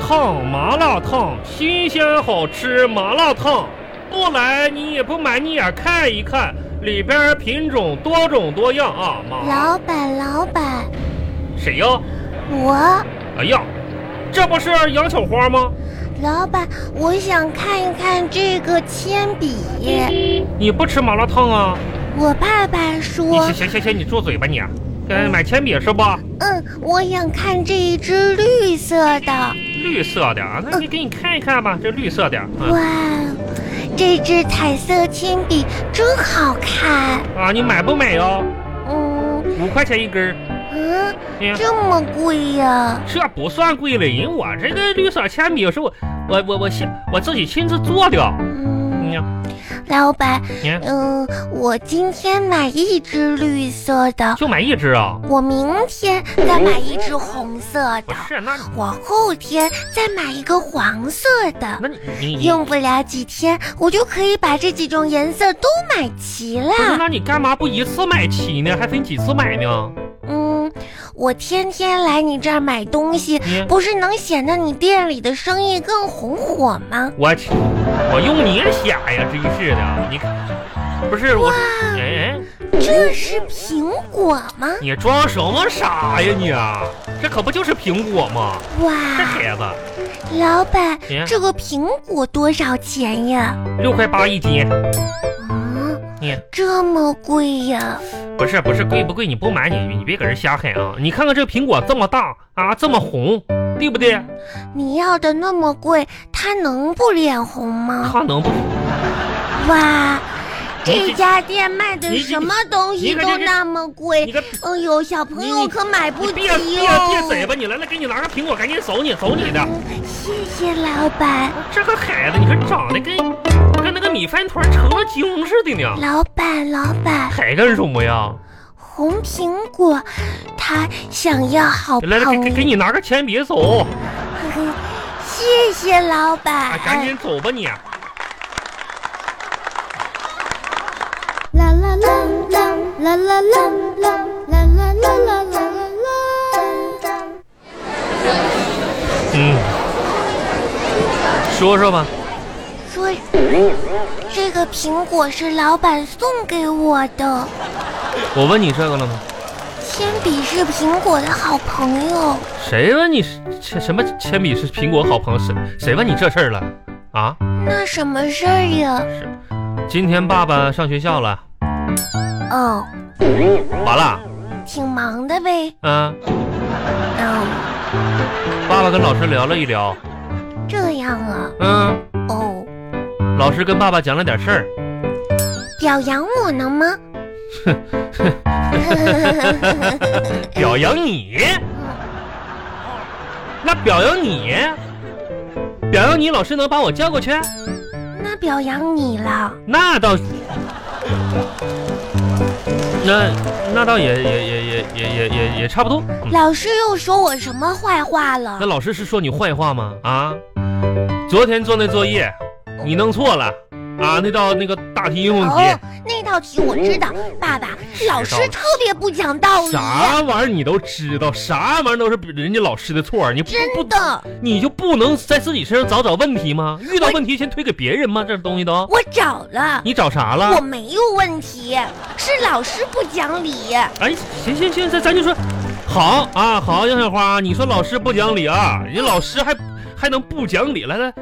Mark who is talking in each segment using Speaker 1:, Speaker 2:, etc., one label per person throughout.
Speaker 1: 烫，麻辣烫，新鲜好吃，麻辣烫。不来你也不买，你也看一看，里边品种多种多样啊！妈，
Speaker 2: 老板，老板，
Speaker 1: 谁呀？
Speaker 2: 我
Speaker 1: 哎呀，这不是杨小花吗？
Speaker 2: 老板，我想看一看这个铅笔，
Speaker 1: 你不吃麻辣烫啊？
Speaker 2: 我爸爸
Speaker 1: 你
Speaker 2: 说
Speaker 1: 行，行行行，你住嘴吧你！该买铅笔是吧？
Speaker 2: 嗯，我想看这一只绿色的，
Speaker 1: 绿色的啊，那你给你看一看吧，这绿色的。嗯
Speaker 2: 哇，这只彩色铅笔真好看，
Speaker 1: 啊，你买不买呀？
Speaker 2: 嗯
Speaker 1: 五块钱一根儿。
Speaker 2: 嗯，
Speaker 1: 哎呀，
Speaker 2: 这么贵呀、
Speaker 1: 这不算贵了，人我这个绿色铅笔是我我我我亲我自己亲自做的。
Speaker 2: 嗯，
Speaker 1: 你看，
Speaker 2: 老板，
Speaker 1: 你看，
Speaker 2: 嗯，我今天买一只绿色的，
Speaker 1: 就买一支啊？
Speaker 2: 我明天再买一只红色
Speaker 1: 不
Speaker 2: 的，
Speaker 1: 是，那
Speaker 2: 我后天再买一个黄色的。
Speaker 1: 那你你你，
Speaker 2: 用不了几天，我就可以把这几种颜色都买齐
Speaker 1: 不是
Speaker 2: 了。
Speaker 1: 那你干嘛不一次买齐呢？还分几次买呢？
Speaker 2: 嗯，我天天来你这儿买东西，
Speaker 1: 你
Speaker 2: 不是能显得你店里的生意更红火吗？
Speaker 1: 我去，我用你想呀，真是的，你看，不是我，哎哎，
Speaker 2: 这是苹果吗？
Speaker 1: 你装什么傻呀你啊？这可不就是苹果吗？这
Speaker 2: 哇，
Speaker 1: 孩子
Speaker 2: 老板
Speaker 1: 你，
Speaker 2: 这个苹果多少钱呀？
Speaker 1: 六块八一斤，
Speaker 2: 嗯，
Speaker 1: 你
Speaker 2: 这么贵呀？
Speaker 1: 不是不是贵不贵？你不买你你别搁这瞎喊啊！你看看这苹果这么大啊，这么红，对不对？
Speaker 2: 你要的那么贵，它能不脸红吗？
Speaker 1: 它能不？
Speaker 2: 哇，
Speaker 1: 你
Speaker 2: 这家店卖的
Speaker 1: 你
Speaker 2: 什么东
Speaker 1: 你
Speaker 2: 西
Speaker 1: 可
Speaker 2: 都
Speaker 1: 这是
Speaker 2: 那么贵
Speaker 1: 你，个
Speaker 2: 哎呦，小朋
Speaker 1: 你
Speaker 2: 友
Speaker 1: 你
Speaker 2: 可买不
Speaker 1: 你
Speaker 2: 起
Speaker 1: 别别
Speaker 2: 哦！
Speaker 1: 别嘴巴！你来来，给你拿个苹果，赶紧走你走你的！
Speaker 2: 谢谢老板，
Speaker 1: 这个孩子，你说长得跟跟那个米饭团成了精似的呢，
Speaker 2: 老板，老板，
Speaker 1: 还干什么呀？
Speaker 2: 红苹果，他想要好朋
Speaker 1: 来来，给给给
Speaker 2: 友。
Speaker 1: 你拿个铅笔走，
Speaker 2: 谢谢老
Speaker 1: 啊
Speaker 2: 板，
Speaker 1: 赶紧走吧你。啊
Speaker 3: 啦啦啦啦啦啦啦啦啦啦啦啦啦啦啦。
Speaker 1: 嗯，说说吧，
Speaker 2: 说，这个苹果是老板送给我的，
Speaker 1: 我问你这个了吗？
Speaker 2: 铅笔是苹果的好朋友。
Speaker 1: 谁问你什什么铅笔是苹果好朋友？谁谁问你这事儿了？啊？
Speaker 2: 那什么事儿呀？
Speaker 1: 今天爸爸上学校了，
Speaker 2: 哦，
Speaker 1: 完了，
Speaker 2: 挺忙的呗。
Speaker 1: 嗯、
Speaker 2: 哦，
Speaker 1: 爸爸跟老师聊了一聊，
Speaker 2: 这样啊。
Speaker 1: 嗯，
Speaker 2: 哦，
Speaker 1: 老师跟爸爸讲了点事儿，
Speaker 2: 表扬我 呢吗？
Speaker 1: 表扬你，那表扬你，表扬你，老师能把我叫过去？
Speaker 2: 那表扬你了。
Speaker 1: 那倒， 那那倒也也也也也也也也差不多。嗯
Speaker 2: 老师又说我什么坏话
Speaker 1: 那
Speaker 2: 了？
Speaker 1: 老师是说你坏话吗？啊，昨天做那作业，你弄错了啊，那道那个大题应用题。
Speaker 2: 哦，那道题我知道，爸爸，老师特别不讲道理，
Speaker 1: 啥玩意儿你都知道，啥玩意儿都是人家老师的错儿，你不不
Speaker 2: 真的，
Speaker 1: 你就不能在自己身上找找问题吗？遇到问题先推给别人吗？这东西都，
Speaker 2: 我找了，
Speaker 1: 你找啥
Speaker 2: 我
Speaker 1: 了？
Speaker 2: 没有问题，是老师不讲理。
Speaker 1: 哎，行行行，咱咱就说，好啊，好，杨小花，你说老师不讲理啊？人家老师还还能不讲理？来来，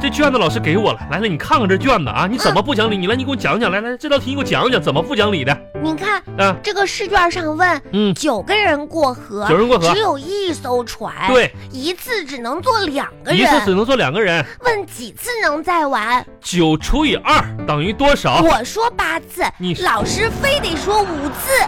Speaker 1: 这卷子老师给我了，来来，你看看这卷子啊，你怎么不讲理？你来，你给我讲讲，来来，这道题你给我讲讲，怎么不讲理的？
Speaker 2: 你看
Speaker 1: 啊，
Speaker 2: 这个试卷上问，
Speaker 1: 嗯，
Speaker 2: 九个人过河，
Speaker 1: 九人过河
Speaker 2: 只，有一艘船，，
Speaker 1: 对，
Speaker 2: 一次只能坐两哎个
Speaker 1: 一次
Speaker 2: 人，
Speaker 1: 只能坐两个人，
Speaker 2: 问几次能再玩？
Speaker 1: 九除以二等于多少？
Speaker 2: 我说八次
Speaker 1: 哦你，是
Speaker 2: 老师非得说五次。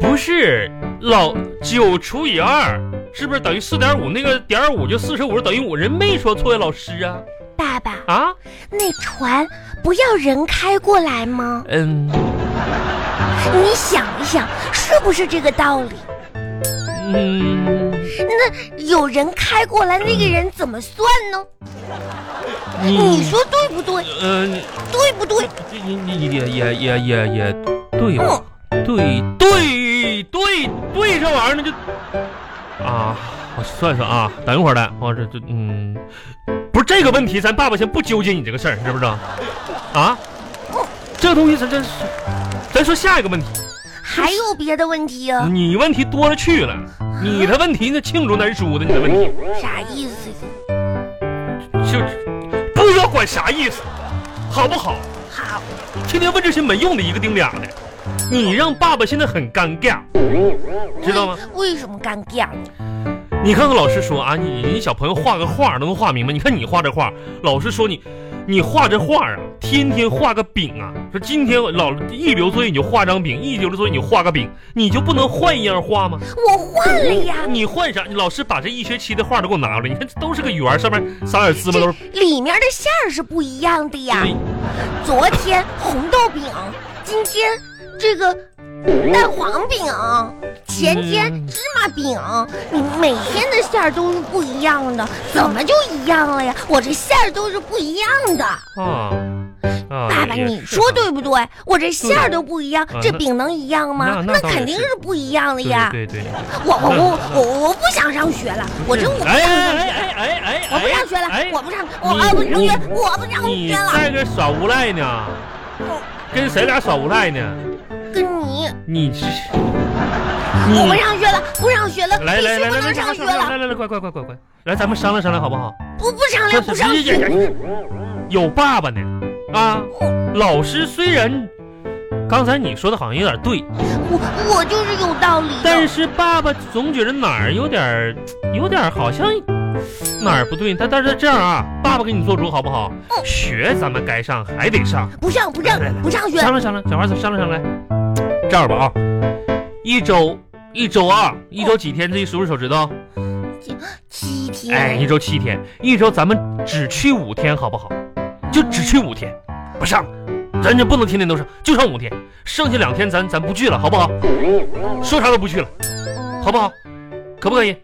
Speaker 1: 不是老九除以二是不是等于四点五？那个点五就四舍五入等于五，人没说错呀，老师啊
Speaker 2: 爸爸，
Speaker 1: 啊，
Speaker 2: 那船不要人开过来吗？
Speaker 1: 嗯
Speaker 2: 你想一想，是不是这个道理？
Speaker 1: 嗯，
Speaker 2: 有人开过来，那个人怎么算呢？
Speaker 1: 嗯
Speaker 2: 你说对不对？
Speaker 1: 呃，你
Speaker 2: 对不对？嗯
Speaker 1: 这你你也也也也也对吧？对对对对，这玩意儿那就啊，我算算啊，等一会儿来，我这这嗯，不是这个问题，咱爸爸先不纠结你这个事儿，你知不知道？啊，这个东西咱真是，咱说下一个问题，
Speaker 2: 还有别的问题啊呀、
Speaker 1: 你问题多了去了，你的问题那罄竹难书的，你的问题
Speaker 2: 啥意思呀？
Speaker 1: 就不要管啥意思，好不好？
Speaker 2: 好，
Speaker 1: 天天问这些没用的一个丁俩的，你让爸爸现在很尴尬，知道吗？
Speaker 2: 为为什么尴尬呢？
Speaker 1: 你看看老师说啊，你你小朋友画个画都能画明白，你看你画这画，老师说你，你画这画啊，天天画个饼啊，说今天老一留作业你就画张饼，一留作业你就画个饼，你就不能换一样画吗？
Speaker 2: 我换了呀，
Speaker 1: 你换啥？你老师把这一学期的画都给我拿过来，你看这都是个圆儿，上面撒点芝麻
Speaker 2: 这
Speaker 1: 都是。
Speaker 2: 里面的馅儿是不一样
Speaker 1: 哎
Speaker 2: 的呀。昨天红豆饼，今天这个蛋黄饼，前天
Speaker 1: 嗯
Speaker 2: 芝麻饼，你每天的馅儿都是不一样的，怎么就一样了呀？我这馅儿都是不一样的，
Speaker 1: 啊啊！
Speaker 2: 爸爸
Speaker 1: 也
Speaker 2: 你
Speaker 1: 是
Speaker 2: 说对不对？我这馅儿都不一样
Speaker 1: 对啊，
Speaker 2: 这
Speaker 1: 那
Speaker 2: 饼能一样吗？
Speaker 1: 那
Speaker 2: 那
Speaker 1: 那倒也
Speaker 2: 肯定
Speaker 1: 是
Speaker 2: 是不一样的
Speaker 1: 对
Speaker 2: 呀！
Speaker 1: 对对对，
Speaker 2: 我我
Speaker 1: 那
Speaker 2: 我我我不想上学了，我真我不想
Speaker 1: 哎
Speaker 2: 上
Speaker 1: 哎哎
Speaker 2: 学，
Speaker 1: 哎哎哎！
Speaker 2: 我不上学
Speaker 1: 哎
Speaker 2: 了，我不上我
Speaker 1: 你
Speaker 2: 我不上
Speaker 1: 你
Speaker 2: 学，我不上
Speaker 1: 你
Speaker 2: 学了，
Speaker 1: 在这耍无赖呢？跟谁俩耍无赖呢？
Speaker 2: 跟你。
Speaker 1: 你这，
Speaker 2: 我不
Speaker 1: 你
Speaker 2: 上学了，不上学了，
Speaker 1: 嗯来
Speaker 2: 必
Speaker 1: 来
Speaker 2: 须
Speaker 1: 来
Speaker 2: 不
Speaker 1: 来
Speaker 2: 能
Speaker 1: 来
Speaker 2: 上学
Speaker 1: 来
Speaker 2: 了，
Speaker 1: 来来，快快快快快，来咱们商量商量好不好？
Speaker 2: 不不商量，不上学。
Speaker 1: 有爸爸呢，啊，老师虽然刚才你说的好像有点对，
Speaker 2: 我我就是有道理
Speaker 1: 但
Speaker 2: 的，
Speaker 1: 是爸爸总觉得哪儿有点儿，有点儿好像哪儿不对。但但是这样啊，爸爸给你做主好不好？学咱们该上还得上。
Speaker 2: 不上不上
Speaker 1: 来来来
Speaker 2: 不上学
Speaker 1: 商，量商量，小花商量商量。这样吧啊，一周一周啊，一周几天？自己数数手指头。
Speaker 2: 七天。
Speaker 1: 哎，一周七天，一周咱们只去五天好不好？就只去五天，不上了，咱这不能天天都上，就上五天，剩下两天咱咱不去了，好不好？说啥都不去了，好不好？可不可以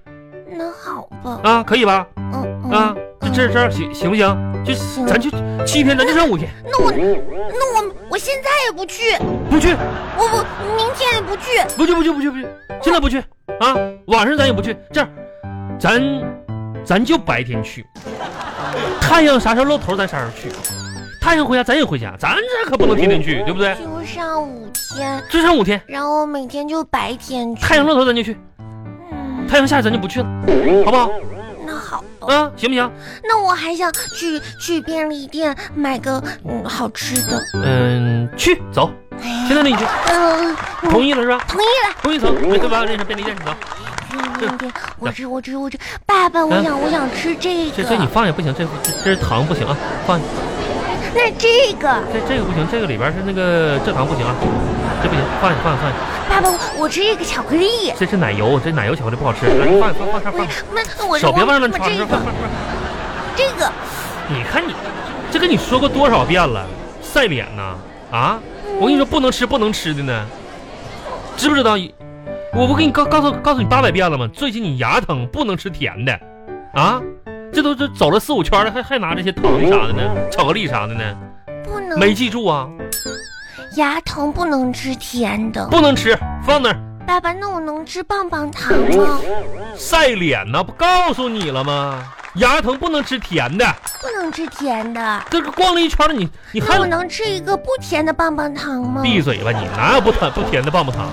Speaker 2: 那好吧，
Speaker 1: 啊？可以吧？
Speaker 2: 嗯嗯
Speaker 1: 啊，这这这样行行不行？就
Speaker 2: 行
Speaker 1: 咱就七天，咱就上五天，
Speaker 2: 那我那我我现在也不去，
Speaker 1: 不去
Speaker 2: 我我明天也不去，
Speaker 1: 不去不去不去不去，现在不去啊，晚上咱也不去，这样，咱咱就白天去，太阳啥时候露头咱啥时候去，太阳回家咱也回家，咱这可不能天天去，对不对？
Speaker 2: 就上五天，
Speaker 1: 就上五天，
Speaker 2: 然后每天就白天去。
Speaker 1: 太阳露头咱就去，
Speaker 2: 嗯，
Speaker 1: 太阳下去咱就不去了，好不好？
Speaker 2: 那好吧，
Speaker 1: 啊，行不行？
Speaker 2: 那我还想去去便利店买个嗯好吃的。
Speaker 1: 嗯，去走，现在领你去，
Speaker 2: 嗯，
Speaker 1: 同意了是吧？
Speaker 2: 同意了。
Speaker 1: 同意走，没对吧？认识便利店你走，
Speaker 2: 嗯对我吃我吃我吃，爸爸，我
Speaker 1: 嗯
Speaker 2: 想我想吃这
Speaker 1: 这这你
Speaker 2: 个，
Speaker 1: 放也不行，这这这是糖不行啊，放
Speaker 2: 那这个，
Speaker 1: 这这个不行，这个里边是那个蔗糖不行啊，这不行，放下放下放下。
Speaker 2: 爸爸，我吃这个巧克力，
Speaker 1: 这是奶油，这奶油巧克力不好吃。来，放放放上
Speaker 2: 我
Speaker 1: 放，
Speaker 2: 那我
Speaker 1: 手别往那
Speaker 2: 我我
Speaker 1: 传
Speaker 2: 这
Speaker 1: 着。
Speaker 2: 个
Speaker 1: 放放放
Speaker 2: 这个，
Speaker 1: 你看你，这跟你说过多少遍了，晒脸呐啊！我跟你说不能吃不能吃的呢，知不知道？我不跟你告告诉告诉你八百遍了吗？最近你牙疼，不能吃甜的，啊！这都这走了四五圈了，还还拿这些糖啥的呢，巧克力啥的呢，
Speaker 2: 不能
Speaker 1: 没记住啊？
Speaker 2: 牙疼不能吃甜的，
Speaker 1: 不能吃，放那儿
Speaker 2: 爸爸，那我能吃棒棒糖吗？
Speaker 1: 晒脸呢，不告诉你了吗？牙疼不能吃甜的，
Speaker 2: 不能吃甜的，
Speaker 1: 这个逛了一圈了，你你还
Speaker 2: 那我能吃一个不甜的棒棒糖吗？
Speaker 1: 闭嘴吧你！哪有不甜不甜的棒棒糖？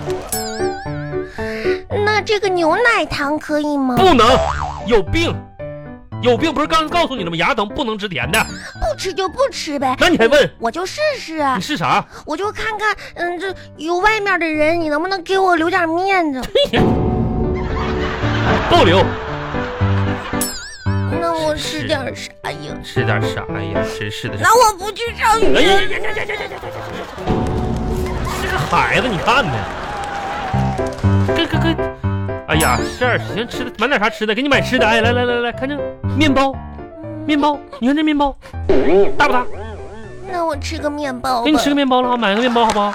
Speaker 2: 那这个牛奶糖可以吗？
Speaker 1: 不能，有病！有病不是刚告诉你了吗？牙疼不能吃甜的。
Speaker 2: 不吃就不吃呗，
Speaker 1: 那你还问
Speaker 2: 我就试试啊
Speaker 1: 你，是啥？
Speaker 2: 我就看看，嗯，这有外面的人，你能不能给我留点面子？
Speaker 1: 不留。
Speaker 2: 那我
Speaker 1: 是
Speaker 2: 吃点儿啥呀？
Speaker 1: 吃点啥呀？真是的。
Speaker 2: 那我不去上
Speaker 1: 哎呀呀
Speaker 2: 学。
Speaker 1: 呀呀呀呀呀呀！这个孩子，你看呢？这这这，哎呀，这儿行，吃的买点啥吃的？给你买吃的。哎，来来来来，看这面包，面包，你看这面包大不大？
Speaker 2: 那我吃个面包吧。
Speaker 1: 给你吃个面包了，买个面包好不好？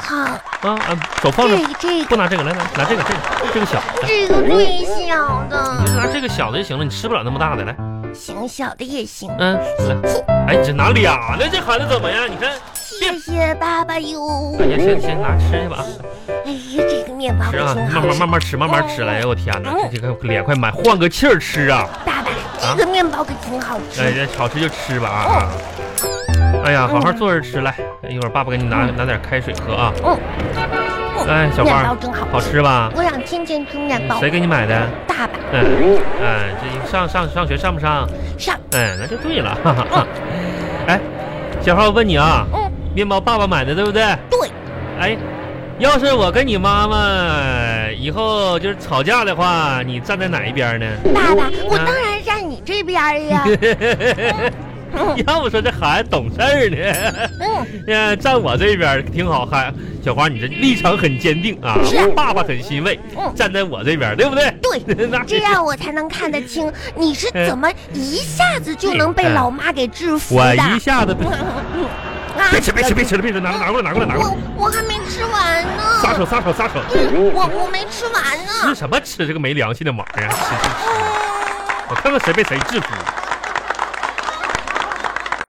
Speaker 2: 好，
Speaker 1: 啊啊，手放着
Speaker 2: 这。个这个
Speaker 1: 不拿这个，来来拿这个，这个这个小的，
Speaker 2: 这个最小的，
Speaker 1: 就拿这个小的就行了，你吃不了那么大的。来，
Speaker 2: 行，小的也行。
Speaker 1: 嗯，嗯来，哎，你这拿俩呢，这孩子怎么样？你看，
Speaker 2: 谢谢爸爸哟。
Speaker 1: 嗯哎呀，先先拿吃去吧啊。
Speaker 2: 哎呀，这个面包
Speaker 1: 吃
Speaker 2: 可
Speaker 1: 啊，
Speaker 2: 真
Speaker 1: 慢慢
Speaker 2: 好吃。
Speaker 1: 慢慢吃，慢慢吃。哎呦我天哪，
Speaker 2: 嗯
Speaker 1: 这这个脸快满，换个气儿吃啊！
Speaker 2: 爸爸，这个面包可真好吃。
Speaker 1: 哎，这好吃就吃吧啊！
Speaker 2: 嗯
Speaker 1: 哎呀，好好坐着吃来，一会儿爸爸给你拿拿点开水喝啊。
Speaker 2: 嗯，
Speaker 1: 哎，小
Speaker 2: 面
Speaker 1: 花
Speaker 2: 包，真好
Speaker 1: 好吃吧？
Speaker 2: 我想天天吃面包。
Speaker 1: 谁给你买的？
Speaker 2: 爸爸
Speaker 1: 嗯，哎，这上上上学上不上？
Speaker 2: 上，
Speaker 1: 哎，那就对了。哈哈哈。哎，小花，我问你啊，
Speaker 2: 嗯，
Speaker 1: 面包爸爸买的对不对？
Speaker 2: 对，
Speaker 1: 哎，要是我跟你妈妈以后就是吵架的话，你站在哪一边呢？
Speaker 2: 爸爸，我
Speaker 1: 啊
Speaker 2: 当然站你这边 儿呀。嗯
Speaker 1: 要不说这孩子懂事儿呢。
Speaker 2: 嗯，
Speaker 1: 呃，站我这边儿挺好，还小花，你这立场很坚定啊
Speaker 2: 是啊，
Speaker 1: 爸爸很欣慰
Speaker 2: 嗯，
Speaker 1: 站在我这边儿，对不对？
Speaker 2: 对，
Speaker 1: 那
Speaker 2: 这样我才能看得清你是怎么一下子就能被老妈给制 服
Speaker 1: 我
Speaker 2: 的。
Speaker 1: 一下子
Speaker 2: 嗯嗯 啊
Speaker 1: 别吃，别吃，别吃了，别吃，拿拿过来，拿过来，拿过来，
Speaker 2: 我我还没吃完呢。
Speaker 1: 撒手，撒手，撒手，
Speaker 2: 我我没吃完
Speaker 1: 吃
Speaker 2: 呢。
Speaker 1: 啊
Speaker 2: 嗯
Speaker 1: 什么吃这个没良心的玩意儿？吃吃吃！我看看谁被谁制服。